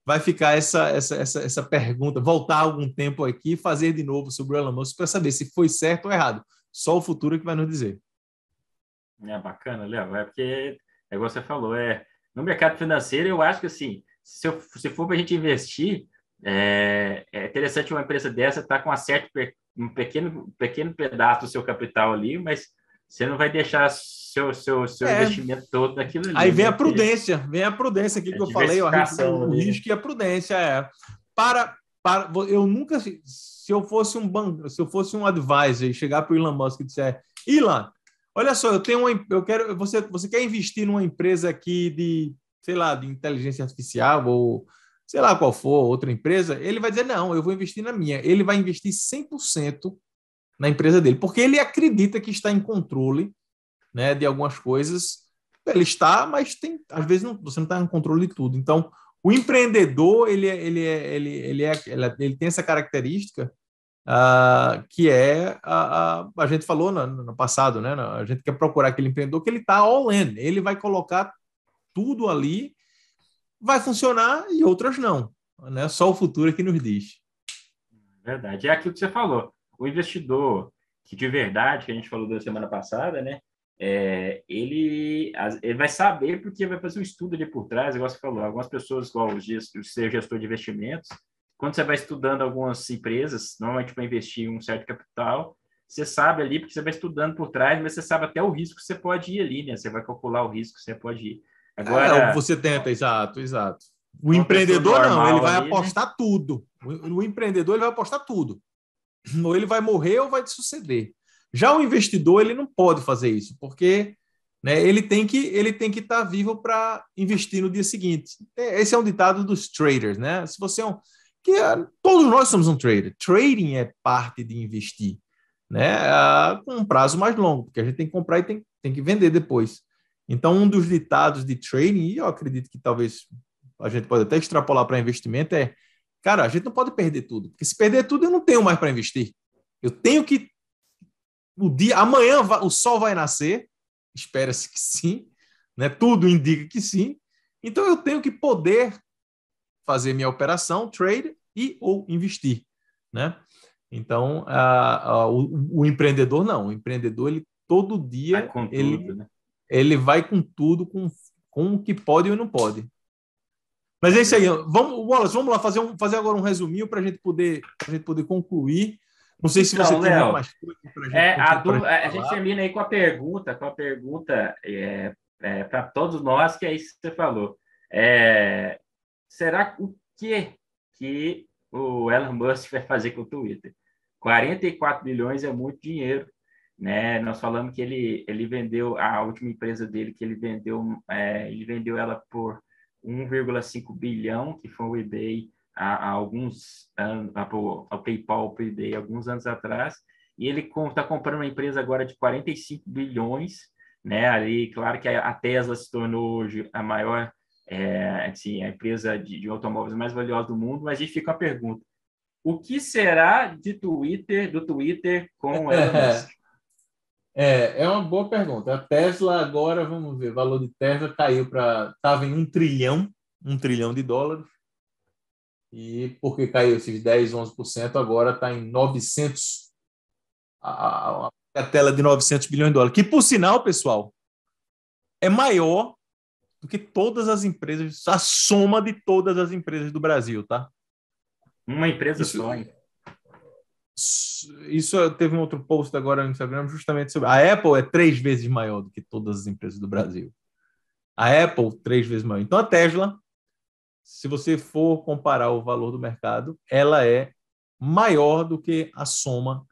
Speaker 1: vai ficar essa, essa, essa, essa pergunta, voltar algum tempo aqui e fazer de novo sobre o Elon Musk para saber se foi certo ou errado. Só o futuro que vai nos dizer.
Speaker 2: É bacana, Léo, é porque, é igual você falou, é, no mercado financeiro eu acho que assim, se, eu, se for para a gente investir, é, é, interessante uma empresa dessa estar tá com certa, um pequeno, pequeno pedaço do seu capital ali, mas você não vai deixar seu, seu, seu é. investimento todo naquilo ali.
Speaker 1: Aí vem né? a prudência, vem a prudência aqui que eu falei, o risco, o risco e a prudência é. Para, para, eu nunca, se eu fosse um banco, se eu fosse um advisor e chegar para o Elon Musk e disser, Elon, olha só, eu tenho uma, eu quero, você, você quer investir numa empresa aqui de, sei lá, de inteligência artificial ou sei lá qual for, outra empresa, ele vai dizer, não, eu vou investir na minha. Ele vai investir 100% na empresa dele, porque ele acredita que está em controle né, de algumas coisas. É, Ele está, mas tem, às vezes não, você não está em controle de tudo. Então, o empreendedor, ele, é, ele, ele, ele, é, ele, tem essa característica uh, que é, a, a, a gente falou no, no, passado, né, a gente quer procurar aquele empreendedor que ele está all-in, ele vai colocar tudo ali, vai funcionar e outras não. Né? Só o futuro é que nos diz.
Speaker 2: Verdade. É aquilo que você falou. O investidor que de verdade, que a gente falou da semana passada, né? É, ele, ele vai saber porque vai fazer um estudo ali por trás, igual você falou, algumas pessoas, igual o ser gestor de investimentos, quando você vai estudando algumas empresas, normalmente para investir um certo capital, você sabe ali, porque você vai estudando por trás, mas você sabe até o risco que você pode ir ali, né? Você vai calcular o risco que você pode ir.
Speaker 1: Agora, é, você tenta, exato, exato. O empreendedor não, ele vai ali, apostar né? tudo. O, o empreendedor ele vai apostar tudo. Ou ele vai morrer ou vai suceder. Já o investidor ele não pode fazer isso, porque né, ele tem que ele tem que estar tá vivo para investir no dia seguinte. Esse é um ditado dos traders, né? Se você é um que é, todos nós somos um trader. Trading é parte de investir, né? Com um prazo mais longo, porque a gente tem que comprar e tem, tem que vender depois. Então, um dos ditados de trading, e eu acredito que talvez a gente pode até extrapolar para investimento, é, cara, a gente não pode perder tudo, porque se perder tudo, eu não tenho mais para investir. Eu tenho que o dia amanhã o sol vai nascer, espera-se que sim, né? Tudo indica que sim. Então eu tenho que poder fazer minha operação, trade e ou investir, né? Então a, a, o, o, empreendedor não, o empreendedor ele todo dia tudo, ele, né? ele vai com tudo, com, com o que pode e não pode. Mas é isso aí. Vamos, Wallace, vamos lá fazer, um, fazer agora um resuminho para a gente poder pra gente poder concluir. Não sei se então, você Léo, tem mais
Speaker 2: coisa para gente. É, a, gente, a gente termina aí com a pergunta, com a pergunta é, é, para todos nós, que é isso que você falou. É, será o que que o Elon Musk vai fazer com o Twitter? 44 bilhões é muito dinheiro. Né? Nós falamos que ele, ele vendeu a última empresa dele que ele vendeu é, ele vendeu ela por 1,5 bilhão que foi o eBay há, alguns anos, ao PayPal, ao eBay, alguns anos atrás, e ele está comprando uma empresa agora de 45 bilhões, né? Ali, claro que a Tesla se tornou hoje a maior, é, assim, a empresa de, de, automóveis mais valiosa do mundo, mas aí fica a pergunta: o que será de Twitter, do Twitter com o Elon Musk?
Speaker 1: É, é uma boa pergunta. A Tesla agora, vamos ver, o valor de Tesla caiu para. Estava em um trilhão, um trilhão de dólares. E porque caiu esses 10, 11%, agora está em 900, a, a, a, tela de 900 bilhões de dólares. Que, por sinal, pessoal, é maior do que todas as empresas, a soma de todas as empresas do Brasil, tá?
Speaker 2: Uma empresa Isso, só, hein?
Speaker 1: isso teve um outro post agora no Instagram justamente sobre a Apple é três vezes maior do que todas as empresas do Brasil. A Apple três vezes maior. Então a Tesla, se você for comparar o valor do mercado, ela é maior do que a soma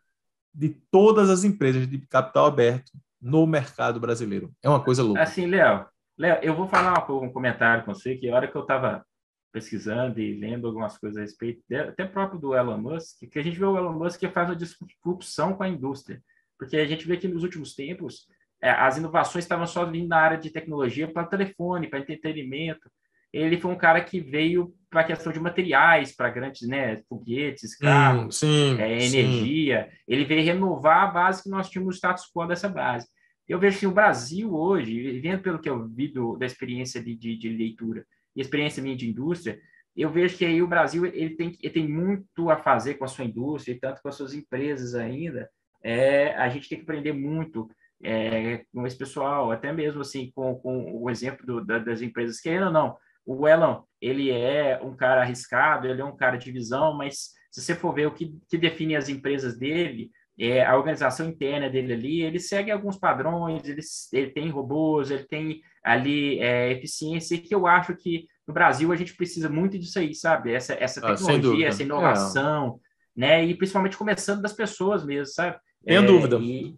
Speaker 1: de todas as empresas de capital aberto no mercado brasileiro. É uma coisa louca.
Speaker 2: Assim, Léo, Léo, eu vou falar um comentário com você que a hora que eu estava pesquisando e lendo algumas coisas a respeito, até próprio do Elon Musk, que a gente vê o Elon Musk que faz uma disrupção com a indústria, porque a gente vê que nos últimos tempos é, as inovações estavam só vindo na área de tecnologia para telefone, para entretenimento. Ele foi um cara que veio para a questão de materiais, para grandes né, foguetes,
Speaker 1: Hum,
Speaker 2: carros, sim, sim, é, energia. Sim. Ele veio renovar a base que nós tínhamos o status quo dessa base. Eu vejo que assim, o Brasil hoje, vendo pelo que eu vi do, da experiência de, de, de leitura, experiência minha de indústria, eu vejo que aí o Brasil ele tem, ele tem muito a fazer com a sua indústria e tanto com as suas empresas ainda. É, a gente tem que aprender muito é, com esse pessoal, até mesmo assim com, com o exemplo do, da, das empresas. Querendo ou não, o Elon ele é um cara arriscado, ele é um cara de visão, mas se você for ver o que, que define as empresas dele, é, a organização interna dele ali, ele segue alguns padrões, ele, ele tem robôs, ele tem ali é, eficiência, que eu acho que no Brasil a gente precisa muito disso aí, sabe? Essa, essa tecnologia, ah, essa inovação, é. né? E principalmente começando das pessoas mesmo, sabe? É,
Speaker 1: Sem dúvida. E,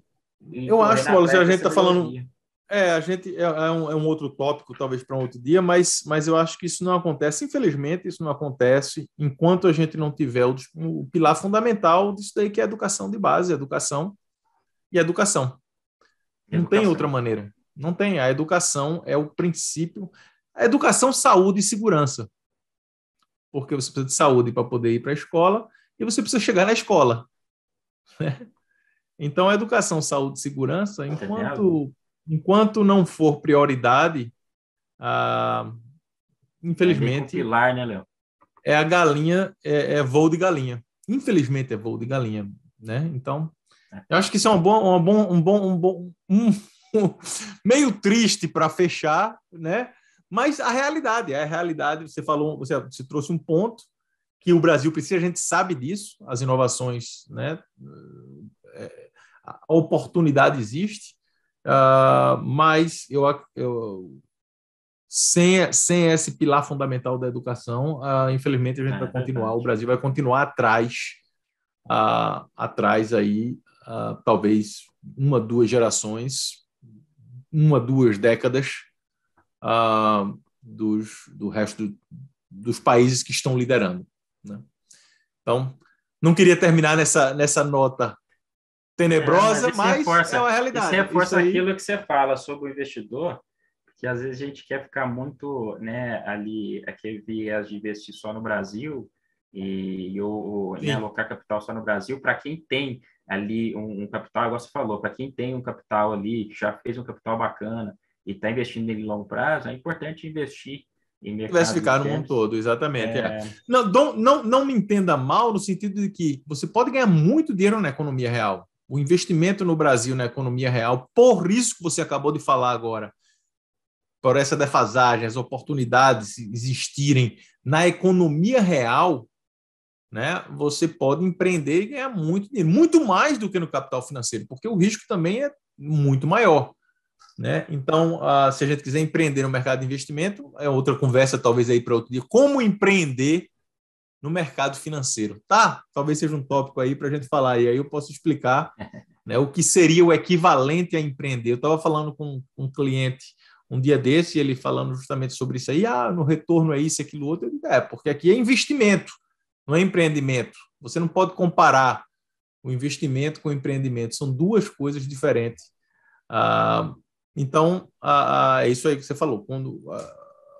Speaker 1: e eu acho, Paulo, se a gente está falando... É, a gente é, um, é um outro tópico, talvez para um outro dia, mas, mas eu acho que isso não acontece, infelizmente, isso não acontece enquanto a gente não tiver o, o pilar fundamental disso daí, que é a educação de base, educação e educação. Não
Speaker 2: é
Speaker 1: educação. tem
Speaker 2: um
Speaker 1: outra maneira. Não tem. A educação é o princípio. A educação, saúde e segurança. Porque você precisa de saúde para poder ir para a escola e você precisa chegar na escola. Né? Então, a educação, saúde e segurança, enquanto enquanto não for prioridade, ah, infelizmente.
Speaker 2: É pilar, né, Léo?
Speaker 1: É a galinha, é, é, voo de galinha. Infelizmente é voo de galinha, né? Então, eu acho que isso é um bom, um bom, um bom, um bom, um, meio triste para fechar, né? Mas a realidade, é, a realidade, você falou, você, você trouxe um ponto que o Brasil precisa, a gente sabe disso, as inovações, né? é, A oportunidade existe, Uh, mas eu, eu, sem, sem esse pilar fundamental da educação, uh, infelizmente a gente é, vai continuar, verdade. o Brasil vai continuar atrás, uh, atrás aí, ah, talvez uma, duas gerações, uma, duas décadas ah, dos, do resto do, dos países que estão liderando. Né? Então, não queria terminar nessa, nessa nota tenebrosa, é, mas, mas reforça, é uma realidade. Isso
Speaker 2: reforça isso aí... aquilo que você fala sobre o investidor, que às vezes a gente quer ficar muito né, ali, aquele viés de investir só no Brasil e ou, né, alocar capital só no Brasil, para quem tem ali um, um capital, igual você falou, para quem tem um capital ali, que já fez um capital bacana e está investindo nele longo prazo, é importante investir em mercado.
Speaker 1: Diversificar no mundo todo, exatamente. É... É. Não, não, não, não me entenda mal no sentido de que você pode ganhar muito dinheiro na economia real o investimento no Brasil na economia real, por isso que você acabou de falar agora, por essa defasagem, as oportunidades existirem na economia real, né, você pode empreender e ganhar muito dinheiro, muito mais do que no capital financeiro, porque o risco também é muito maior. Né? Então, uh, se a gente quiser empreender no mercado de investimento, é outra conversa, talvez, aí para outro dia. Como empreender no mercado financeiro, tá? Talvez seja um tópico aí para a gente falar, e aí eu posso explicar né, o que seria o equivalente a empreender. Eu estava falando com um cliente um dia desse, ele falando justamente sobre isso aí, ah, no retorno é isso, aquilo, outro. Eu digo, é, porque aqui é investimento, não é empreendimento. Você não pode comparar o investimento com o empreendimento, são duas coisas diferentes. Ah, então, ah, ah, é isso aí que você falou, quando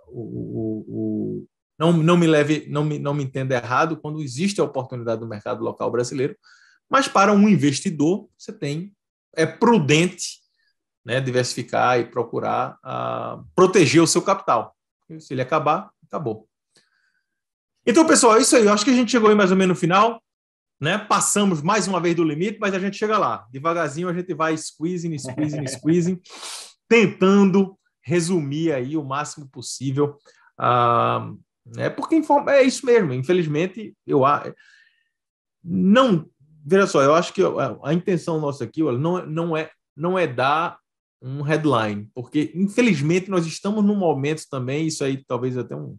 Speaker 1: o, o, o não, não me leve, não me, não me entenda errado, quando existe a oportunidade no mercado local brasileiro, mas para um investidor você tem é prudente né, diversificar e procurar uh, proteger o seu capital. Se ele acabar, acabou. Então, pessoal, é isso aí. Eu acho que a gente chegou aí mais ou menos no final. Né? Passamos mais uma vez do limite, mas a gente chega lá. Devagarzinho a gente vai squeezing, squeezing, squeezing, tentando resumir aí o máximo possível uh, é porque é isso mesmo. Infelizmente, eu não veja só, eu acho que a, a intenção nossa aqui olha, não, não, é, não é dar um headline, porque infelizmente nós estamos num momento também, isso aí talvez até um,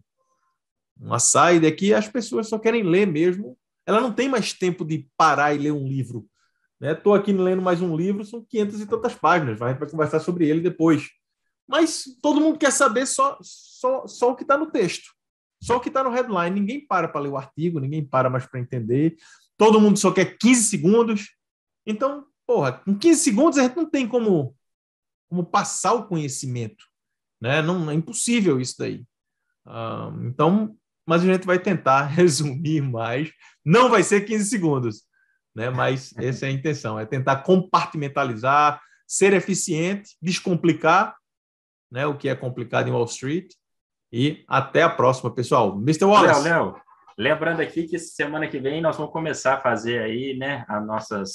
Speaker 1: uma saída, é que as pessoas só querem ler mesmo, ela não tem mais tempo de parar e ler um livro. Estou né? aqui lendo mais um livro, são 500 e tantas páginas, a gente vai conversar sobre ele depois. Mas todo mundo quer saber só, só, só o que está no texto, só o que está no headline. Ninguém para para ler o artigo, ninguém para mais para entender. Todo mundo só quer 15 segundos. Então, porra, com 15 segundos a gente não tem como, como passar o conhecimento. Né? Não, é impossível isso daí. Ah, então, mas a gente vai tentar resumir mais. Não vai ser 15 segundos, né? mas essa é a intenção, é tentar compartimentalizar, ser eficiente, descomplicar né, o que é complicado em Wall Street. E até a próxima, pessoal. Mr. Wallace.
Speaker 2: Léo, Léo, lembrando aqui que semana que vem nós vamos começar a fazer aí né, as nossas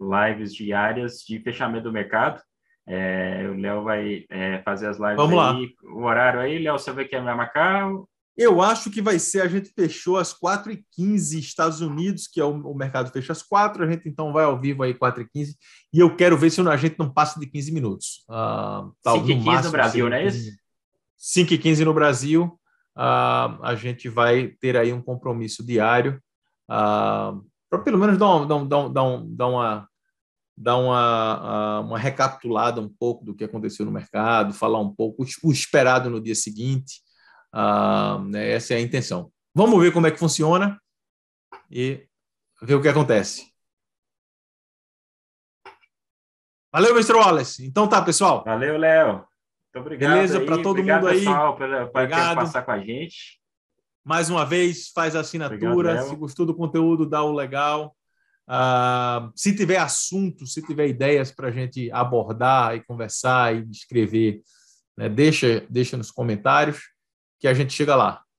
Speaker 2: lives diárias de fechamento do mercado. É, o Léo vai é, fazer as lives
Speaker 1: Vamos
Speaker 2: aí. O horário aí, Léo, você é vai querer marcar?
Speaker 1: Eu acho que vai ser, a gente fechou às 4h15 Estados Unidos, que é o, o mercado fecha às 4 a gente então vai ao vivo aí 4h15, e eu quero ver se a gente não passa de 15 minutos. Uh,
Speaker 2: 5h15 no, no Brasil, não é isso?
Speaker 1: 5h15 no Brasil, uh, a gente vai ter aí um compromisso diário, uh, para pelo menos dar uma, dar, um, dar, um, dar uma, dar uma, uma recapitulada um pouco do que aconteceu no mercado, falar um pouco o esperado no dia seguinte, ah, né, essa é a intenção. Vamos ver como é que funciona e ver o que acontece. Valeu, Mr. Wallace. Então tá, pessoal.
Speaker 2: Valeu, Léo. Muito obrigado.
Speaker 1: Beleza, para todo
Speaker 2: obrigado,
Speaker 1: mundo aí.
Speaker 2: Pessoal, pela, obrigado. passar com a gente.
Speaker 1: Mais uma vez, faz a assinatura.
Speaker 2: Obrigado, Léo.
Speaker 1: se gostou do conteúdo, dá o legal. Ah, se tiver assunto, se tiver ideias para a gente abordar e conversar e escrever, né, deixa, deixa nos comentários que a gente chega lá.